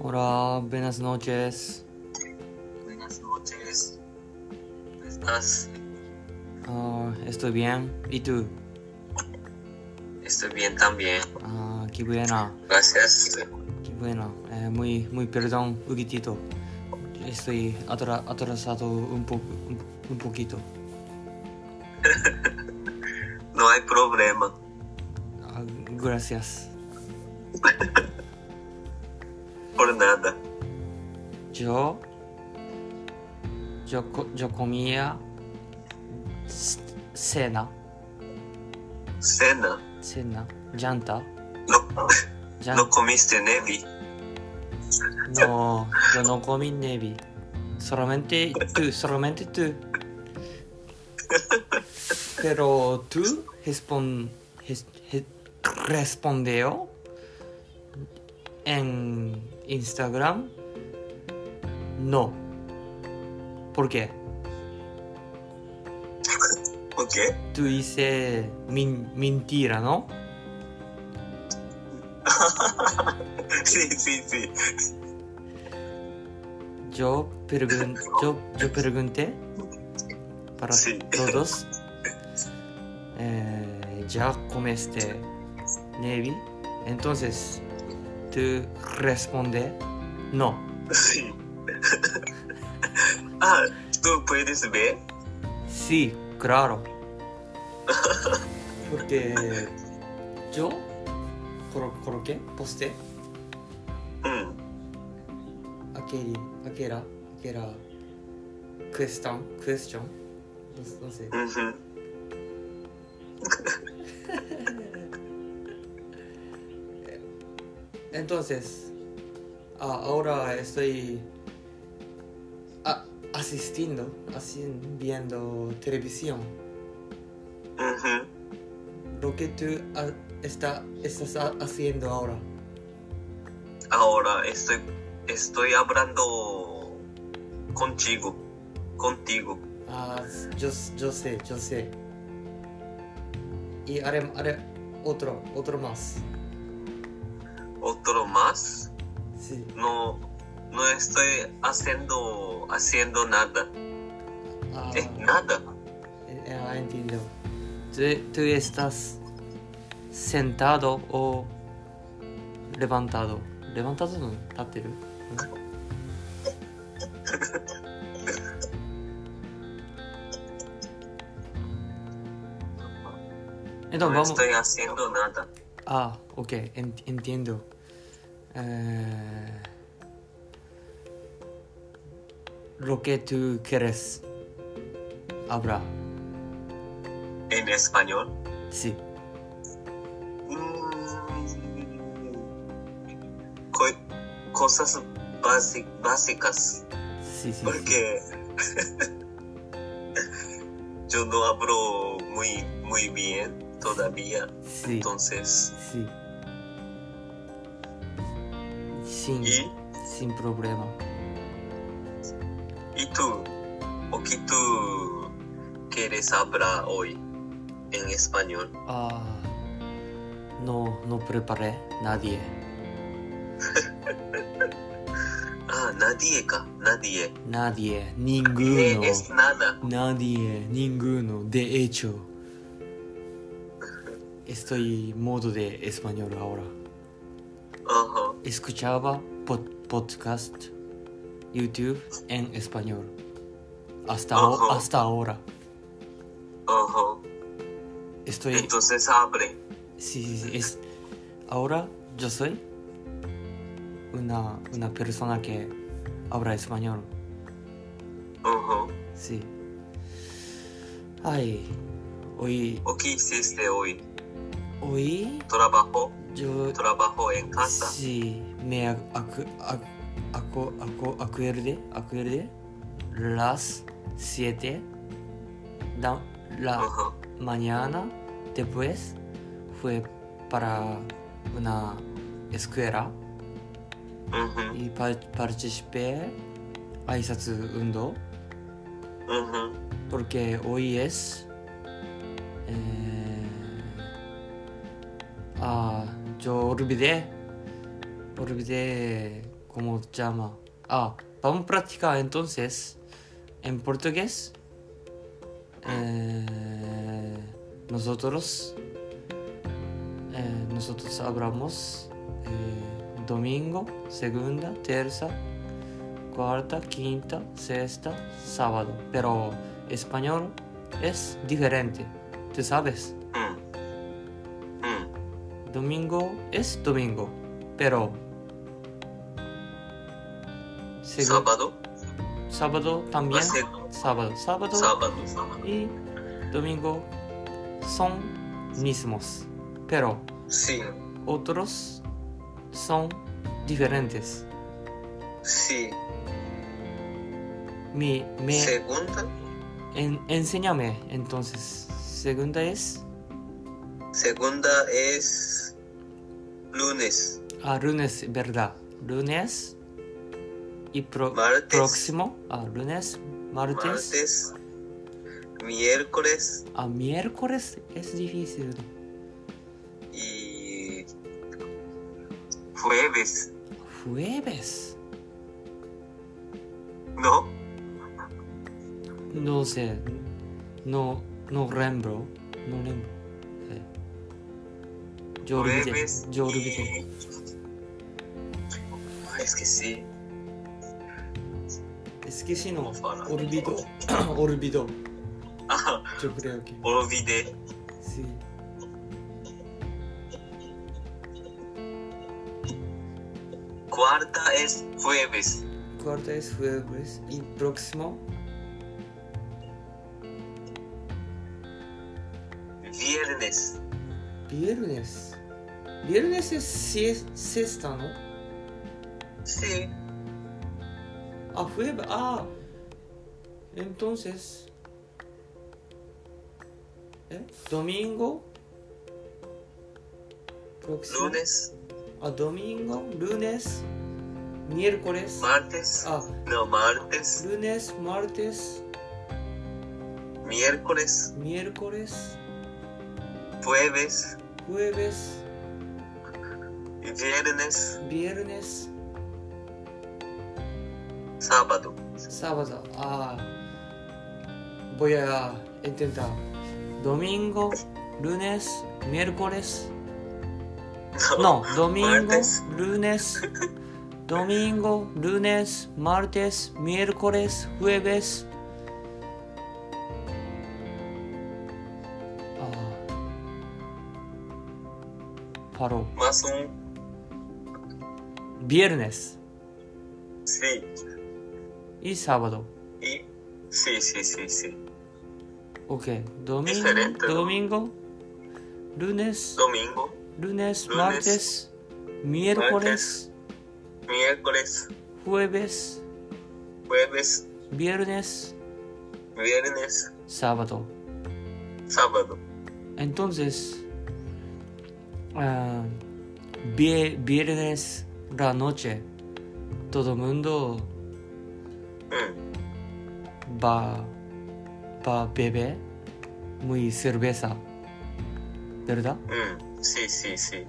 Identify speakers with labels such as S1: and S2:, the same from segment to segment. S1: Hola, buenas noches.
S2: Buenas noches. ¿Cómo estás?
S1: Ah, estoy bien. ¿Y tú?
S2: Estoy bien también.
S1: Ah, qué buena,
S2: Gracias.
S1: qué buena. Eh, muy, muy perdón, un poquitito. Estoy atra- atrasado un, po un, un poquito.
S2: No hay problema.
S1: Ah, gracias.
S2: Por nada.
S1: Yo, yo, co- yo comía c- cena,
S2: Cena.
S1: cena, llanta,
S2: No, no
S1: llan-
S2: comiste nevi.
S1: No, yo no comí nevi. Solamente tú, solamente tú. Pero tú respon, res- res- respondió en Instagram. No. ¿Por qué?
S2: ¿Por qué?
S1: Tú dices min- mentira, ¿no?
S2: Sí, sí, sí.
S1: Yo, pregun- yo, yo pregunté para
S2: Sí.
S1: todos. Eh, ya comeste Navy. Entonces, tú responde no.
S2: Sí. Ah, ¿tú puedes ver?
S1: Sí, claro. Porque yo colo coloqué, posté
S2: Mm.
S1: aquel, aquella, aquella question, question. No- no sé.
S2: ujú.
S1: Entonces, a- ahora estoy a- asistiendo, así, viendo televisión.
S2: Ujú.
S1: Lo que tú ha- está, estás ha- haciendo ahora.
S2: Ahora estoy, estoy hablando contigo. Contigo.
S1: Ah, yo, yo sé, yo sé. Y haré, haré otro, otro más.
S2: ¿Otro más?
S1: Sí.
S2: No, no estoy haciendo, haciendo nada.
S1: Ah,
S2: Eh, nada.
S1: eh, ah, entiendo. Tú, tú estás sentado o levantado. Levantado no, ¿立ってる?
S2: No
S1: Entonces vamos.
S2: estoy haciendo nada.
S1: Ah, ok, en- entiendo. Eh, Lo que tú quieres hablar,
S2: En español.
S1: sí.
S2: Mm, co- cosas basi- básicas.
S1: Sí, sí, sí.
S2: Porque yo no hablo muy, muy bien todavía.
S1: Sí,
S2: Entonces,
S1: sí. Sin,
S2: ¿y,
S1: sin problema.
S2: y tú? ¿O qué tú quieres hablar hoy en español?
S1: Ah, no, no preparé nadie.
S2: Ah, nadie, ka, nadie.
S1: Nadie,
S2: Eh,
S1: ninguno.
S2: es nada.
S1: Nadie, ninguno, de hecho. Estoy modo de español ahora.
S2: Ajá.
S1: Escuchaba pod- podcast, YouTube en español. Hasta, o-
S2: Ajá.
S1: hasta ahora.
S2: Ajá.
S1: Estoy...
S2: Entonces abre.
S1: Sí, sí, sí, es- ahora yo soy una, una persona que habla español.
S2: Ajá.
S1: Sí. Ay, hoy,
S2: ¿O qué hiciste este, hoy?
S1: hoy
S2: ¿Trabajo?
S1: yo
S2: ¿Trabajo en casa?
S1: Sí, me ac- ac- ac- aco- aco- acuerde, acuerde, las 7 de la
S2: Ajá.
S1: mañana después fue para una escuela
S2: Ujú,
S1: y pa- participé Aisatsu Undo
S2: ujú.
S1: porque hoy es eh, ah, yo olvidé olvidé ¿Cómo llama? Ah, vamos a practicar entonces en portugués. Eh, nosotros eh, nosotros hablamos eh, domingo, segunda, tercera, cuarta, quinta, sexta, sábado. Pero español es diferente, ¿te sabes?
S2: Mm. うんうん
S1: Domingo es domingo, pero segu-
S2: サバド
S1: sábado también.
S2: Sábado.
S1: Sábado, sábado
S2: サバドサバド
S1: y domingo son mismos, pero
S2: シン
S1: otros son diferentes.
S2: シ
S1: Mi, me,
S2: セグン
S1: en- enséñame entonces. Segunda es
S2: ダセグンダエスルネス
S1: a ah, lunes, ¿verdad? Lunes y pro-
S2: Martes.
S1: próximo a lunes, martes,
S2: マルテスミエルコレス
S1: a Ah, miércoles es difícil.
S2: イフエベス
S1: Jueves,
S2: の
S1: no sé, no, no rembro, no rembro. Eh. Yo olvidé,
S2: jueves
S1: yo olvidé.
S2: y... Ah, Es que sí,
S1: Es que si no,
S2: Ojalá.
S1: olvido, olvido,
S2: ah,
S1: yo creo que
S2: olvidé.
S1: sí.
S2: Cuarta es jueves,
S1: Cuarta es jueves y próximo
S2: viernes,
S1: viernes. Viernes es sie- sexta, ¿no?
S2: sí,
S1: Ah, jueves, ah. Entonces. ¿eh? Domingo. Próximo.
S2: lunes,
S1: Ah, domingo, lunes, miércoles.
S2: martes,
S1: Ah,
S2: no, martes,
S1: lunes, martes,
S2: miércoles,
S1: miércoles,
S2: jueves,
S1: jueves.
S2: viernes,
S1: Viernes,
S2: sábado.
S1: sábado. Ah, voy a intentar. Domingo, lunes, miércoles. No, domingo,
S2: Martes.
S1: lunes. Domingo, lunes, martes, miércoles, jueves. Ah. Paro.
S2: Más un,
S1: Viernes
S2: sí,
S1: y sábado.
S2: y, sí, sí, sí, sí.
S1: Ok, domingo,
S2: Diferente, ¿no?
S1: domingo, lunes,
S2: Domingo,
S1: lunes,
S2: Lunes,
S1: martes, miércoles,
S2: miércoles,
S1: jueves,
S2: jueves,
S1: viernes,
S2: viernes,
S1: sábado.
S2: sábado.
S1: Entonces, ah, vie- viernes la noche, todo el mundo
S2: Mm,
S1: va, va a beber muy cerveza, ¿verdad?
S2: mm, sí, sí, sí.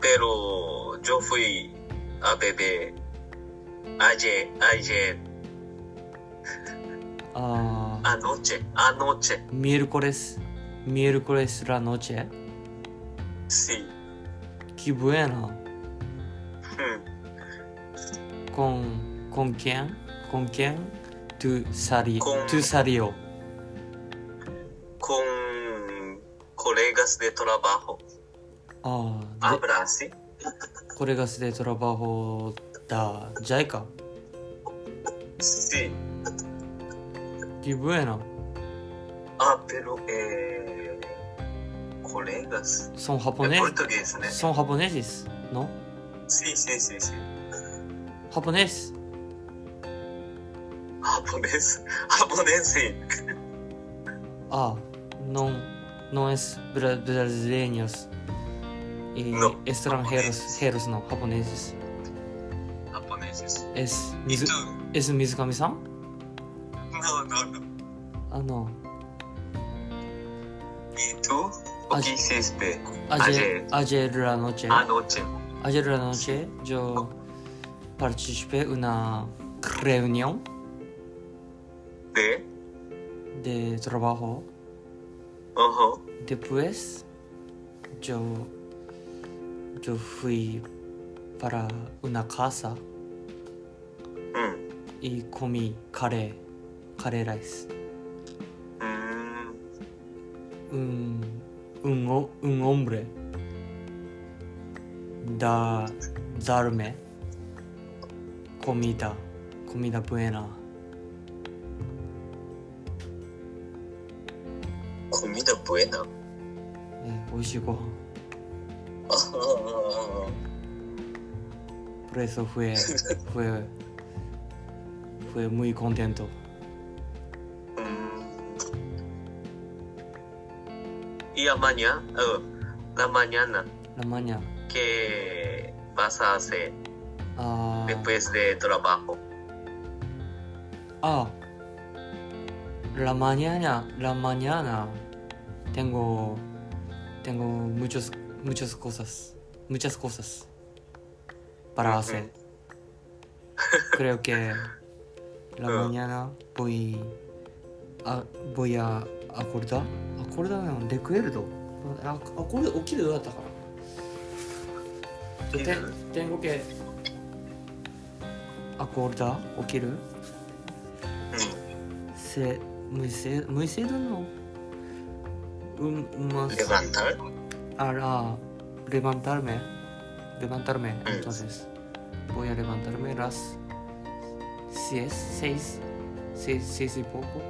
S2: Pero yo fui a beber ayer, ayer.
S1: Ah,
S2: Anoche, anoche,
S1: miércoles, miércoles la noche.
S2: sí.
S1: Qué bueno.
S2: Mm.
S1: ¿Con, con quién? ¿Con quién? Tú, sali-
S2: Con-
S1: tú salió.
S2: Con colegas de trabajo.
S1: Ah, de-
S2: Habrá, sí.
S1: colegas de trabajo da JICA.
S2: Sí.
S1: Qué bueno.
S2: Ah, pero, eh, colegas.
S1: Son
S2: En
S1: japoneses.
S2: portugués, ¿no?
S1: Son japoneses, ¿no?
S2: Sí, sí, sí, sí.
S1: Japonés.
S2: Japonés, japonés, sí.
S1: Ah, no, no es bra- brasileños. Y
S2: No,
S1: extranjeros,
S2: japoneses.
S1: jeros, no, japoneses.
S2: Japoneses.
S1: Es,
S2: ¿Y
S1: Mizu-
S2: tú?
S1: es Mizukami-san?
S2: No, no, no.
S1: Ah, no.
S2: ¿Y tú?
S1: Ayer.
S2: ¿Qué hiciste?
S1: Ayer, ayer la noche.
S2: Anoche.
S1: Ayer la noche yo participé una reunión
S2: ¿De?
S1: de trabajo.
S2: Ajá.
S1: Después, yo, yo fui para una casa
S2: Mm.
S1: y comí caray, caray rice.
S2: Mm.
S1: un, un, ho- un hombre da darme comida, comida buena.
S2: Comida buena.
S1: え美味しいご飯
S2: Ah.
S1: Por eso fue, fue, fue muy contento.
S2: Mm. Y la mañana, la mañana,
S1: La mañana.
S2: ¿qué vas a hacer
S1: Ah,
S2: después de trabajo?
S1: ah, la mañana, la mañana tengo, tengo muchos, muchas cosas, muchas cosas para hacer. Creo que la
S2: Ah.
S1: mañana voy a, voy a acordar. Acordar no, recuerdo. A- Acuerdo, ocurrido daったから。て
S2: Ocurrido.
S1: tengo que acordar, 起きる
S2: Mm.
S1: Se, muy cedo, muy cedo no. Mm, Un, unas,
S2: ¿Levantar?
S1: Ahora, levantarme. Levantarme,
S2: Mm.
S1: entonces. Voy a levantarme las 6, 6, 6, y poco.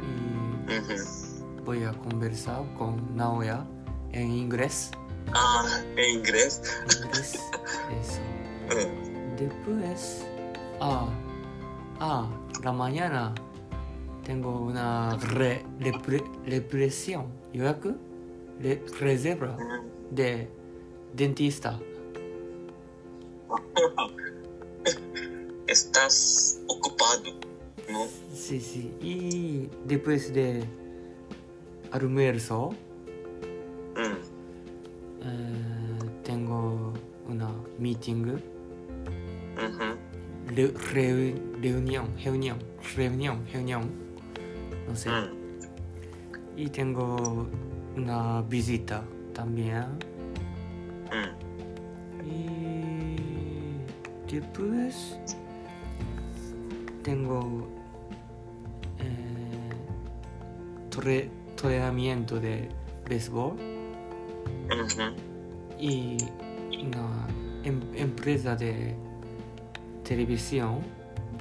S1: Y
S2: Ujú.
S1: voy a conversar con Naoya en inglés.
S2: Ah, en inglés.
S1: En inglés. Eso.
S2: Mm.
S1: Después, ah, ah, la mañana tengo una re, repre- represión. ¿Yo Re, reserva de dentista.
S2: Estás ocupado, ¿no?
S1: Sí, sí. Y después de almuerzo,
S2: Mm.
S1: eh, tengo una meeting,
S2: Ujú.
S1: re- reu- reunión, reunión, reunión, reunión. No sé.
S2: Mm.
S1: Y tengo una visita también.
S2: Mm.
S1: Y después tengo eh, tre- entrenamiento de béisbol.
S2: Ujú.
S1: y una em- empresa de televisión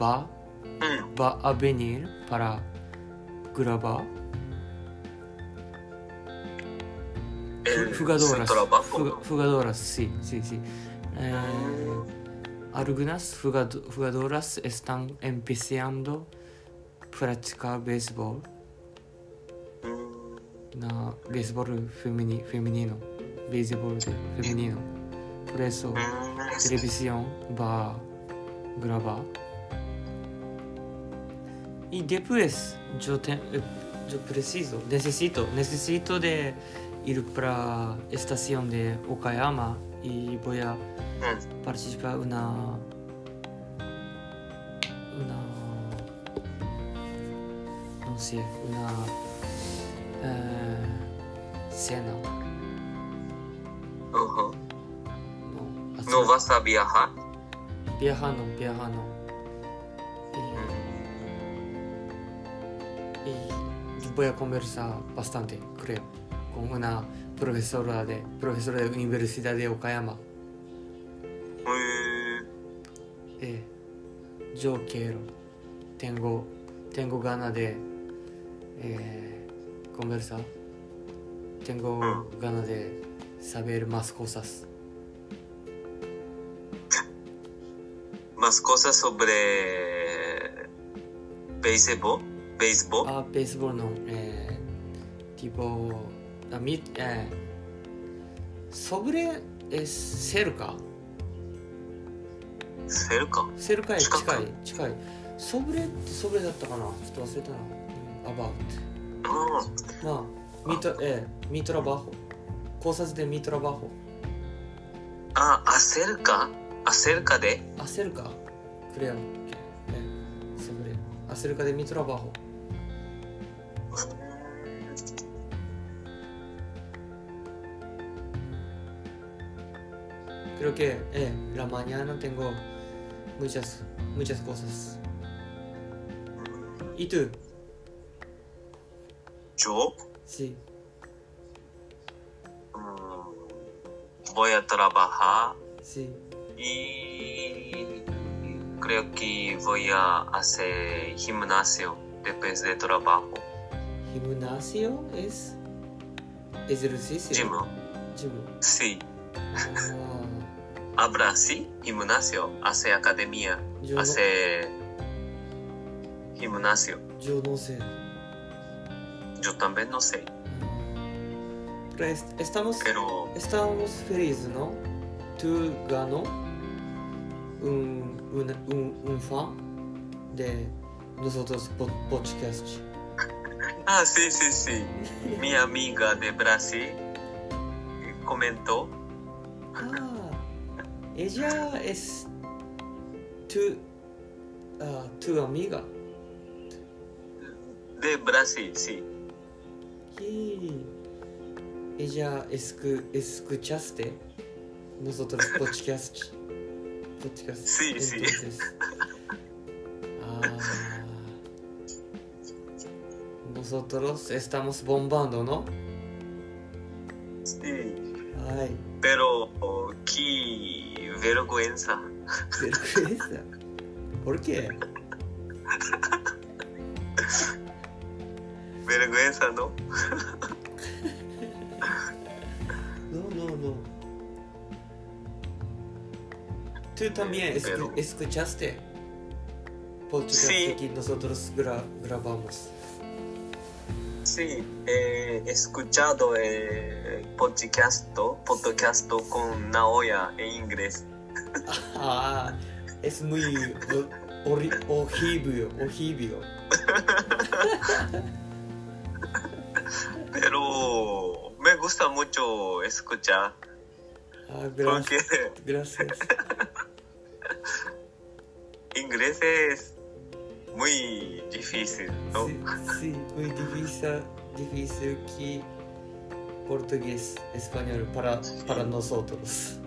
S1: va,
S2: Mm.
S1: va a venir para grabar
S2: El-
S1: Ju-
S2: su
S1: jugadoras.
S2: trabajo.
S1: Juga- jugadoras, sí, sí, sí. Eh, algunas jugado- jugadoras están empezando a practicar béisbol,
S2: Mm.
S1: na- béisbol femini- femenino, béisbol de- femenino. Por eso.
S2: Mm.
S1: televisión va a grabar. Y después yo, te- eh, yo preciso, necesito, necesito de ir para estación de Okayama y voy a
S2: Mm.
S1: participar una una no sé una eh, cena
S2: Ujú.
S1: no, así-
S2: ¿No vas a viajar?
S1: viajando, viajando. Y, y voy a conversar bastante, creo, con una profesora de, profesora de Universidad de Okayama.
S2: Eh,
S1: Eh, yo quiero, tengo, tengo ganas de eh, conversar. Tengo
S2: Mm.
S1: ganas de saber más cosas.
S2: más cosas sobre béisbol, béisbol,
S1: Ah, béisbol no. Eh, tipo, a mí, eh, sobre es cerca.
S2: cerca.
S1: cercaへ近
S2: 近
S1: い
S2: く
S1: 近い。sobre ってsobre だったかなちょっと忘れたな。about。
S2: Ah,
S1: まあ、みと、えー、みトラバホ。考察でみトラバホ。
S2: ah, acerca. acerca de
S1: acerca creo que sobre acerca de mi trabajo creo que eh, la mañana tengo muchas muchas cosas y tú
S2: yo
S1: sí
S2: mm, voy a trabajar
S1: sí
S2: y creo que voy a hacer gimnasio después de trabajo.
S1: gimnasio es ejercicio
S2: Gym,
S1: Gym.
S2: sí.
S1: Ah,
S2: Habrá sí, gimnasio, hace academia,
S1: yo, no,
S2: hace gimnasio.
S1: yo no sé
S2: Yo también no sé,
S1: Pero est- estamos
S2: pero
S1: Estamos felizes, ¿no? Tú ganó un, un, un, un fan de nosotros po- podcast.
S2: Ah, sí, sí, sí. Mi amiga de Brasil comentó.
S1: Ah, ella es tu, ah, tu amiga.
S2: De Brasil, sí.
S1: Y ella escu escuchaste nosotros podcast. podcast.
S2: Sí, sí.
S1: Entonces, ah, nosotros estamos bombando, ¿no?
S2: sí.
S1: Ay,
S2: Pero oh, qué vergüenza.
S1: vergüenza. ¿Por qué?
S2: Vergüenza, ¿no?
S1: No, no, no. Tú también escu-
S2: Pero-
S1: escuchaste podcast
S2: Sí.
S1: que nosotros gra- grabamos.
S2: Sí, eh, he escuchado eh, el podcast, podcast con Naoya en inglés.
S1: Ah, es muy o- ori- horrible, horrible.
S2: Pero me gusta mucho escuchar
S1: Ah,
S2: porque
S1: gracias. Gracias.
S2: inglés es muy difícil, ¿no?
S1: Sí, sí, muy difícil, difícil que portugués, español para, para nosotros.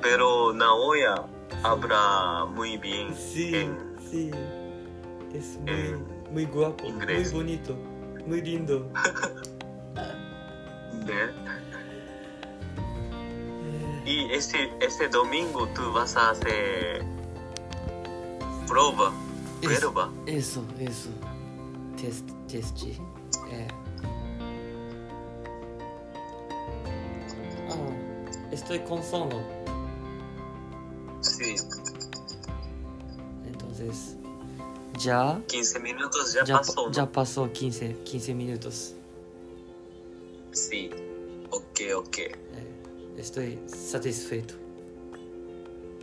S2: Pero Naoya habla muy bien
S1: Sí, sí. Es muy, muy guapo, muy
S2: Inglés.
S1: bonito, muy lindo.
S2: ¿eh?
S1: Eh,
S2: Y este, este domingo tú vas a hacer prueba,
S1: Eso,
S2: prueba,
S1: eso, eso. Test, test. Eh. Ah, estoy con sono.
S2: sí,
S1: Entonces, ya,
S2: 15 minutos ya,
S1: ya,
S2: pasó, ¿no?
S1: ya pasó 15, 15 minutos.
S2: Sí, ok, ok,
S1: Eh, estoy satisfecho.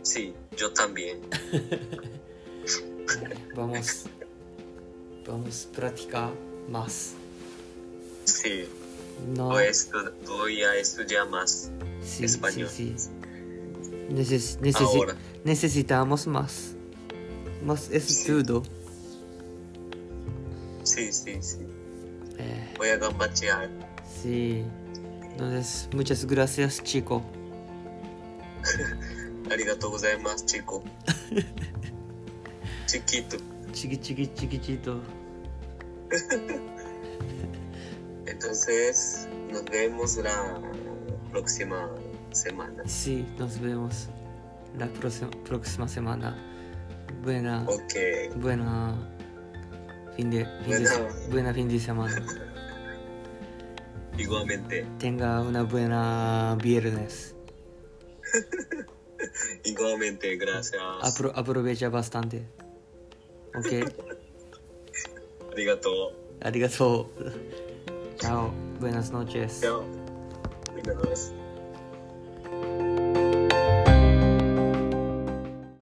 S2: sí, yo también,
S1: Eh, vamos, vamos practicar más.
S2: sí,
S1: No,
S2: voy a, estu- voy a estudiar más
S1: sí,
S2: español
S1: sí, sí. Neces- necesi-
S2: ahora,
S1: necesitamos é más. Más estudio.
S2: sí, sí, sí,
S1: Eh,
S2: voy a gambachear,
S1: sí. Entonces, muchas gracias, chico.
S2: ありがとうございます、チ コチキッと
S1: Chiqui, chiqui, chiquitito.
S2: Entonces, nos vemos la próxima semana.
S1: Sí, nos vemos la próxima, próxima semana. Buena,
S2: Ok.
S1: buena fin de, fin de
S2: Buena.
S1: se- buena fin de semana.
S2: Igualmente.
S1: Tenga una buena viernes.
S2: Igualmente, gracias.
S1: Apro- aprovecha bastante. Ok,
S2: ありがと
S1: arigatou. Chao, buenas noches.
S2: う。じゃあ、ありがとうございます。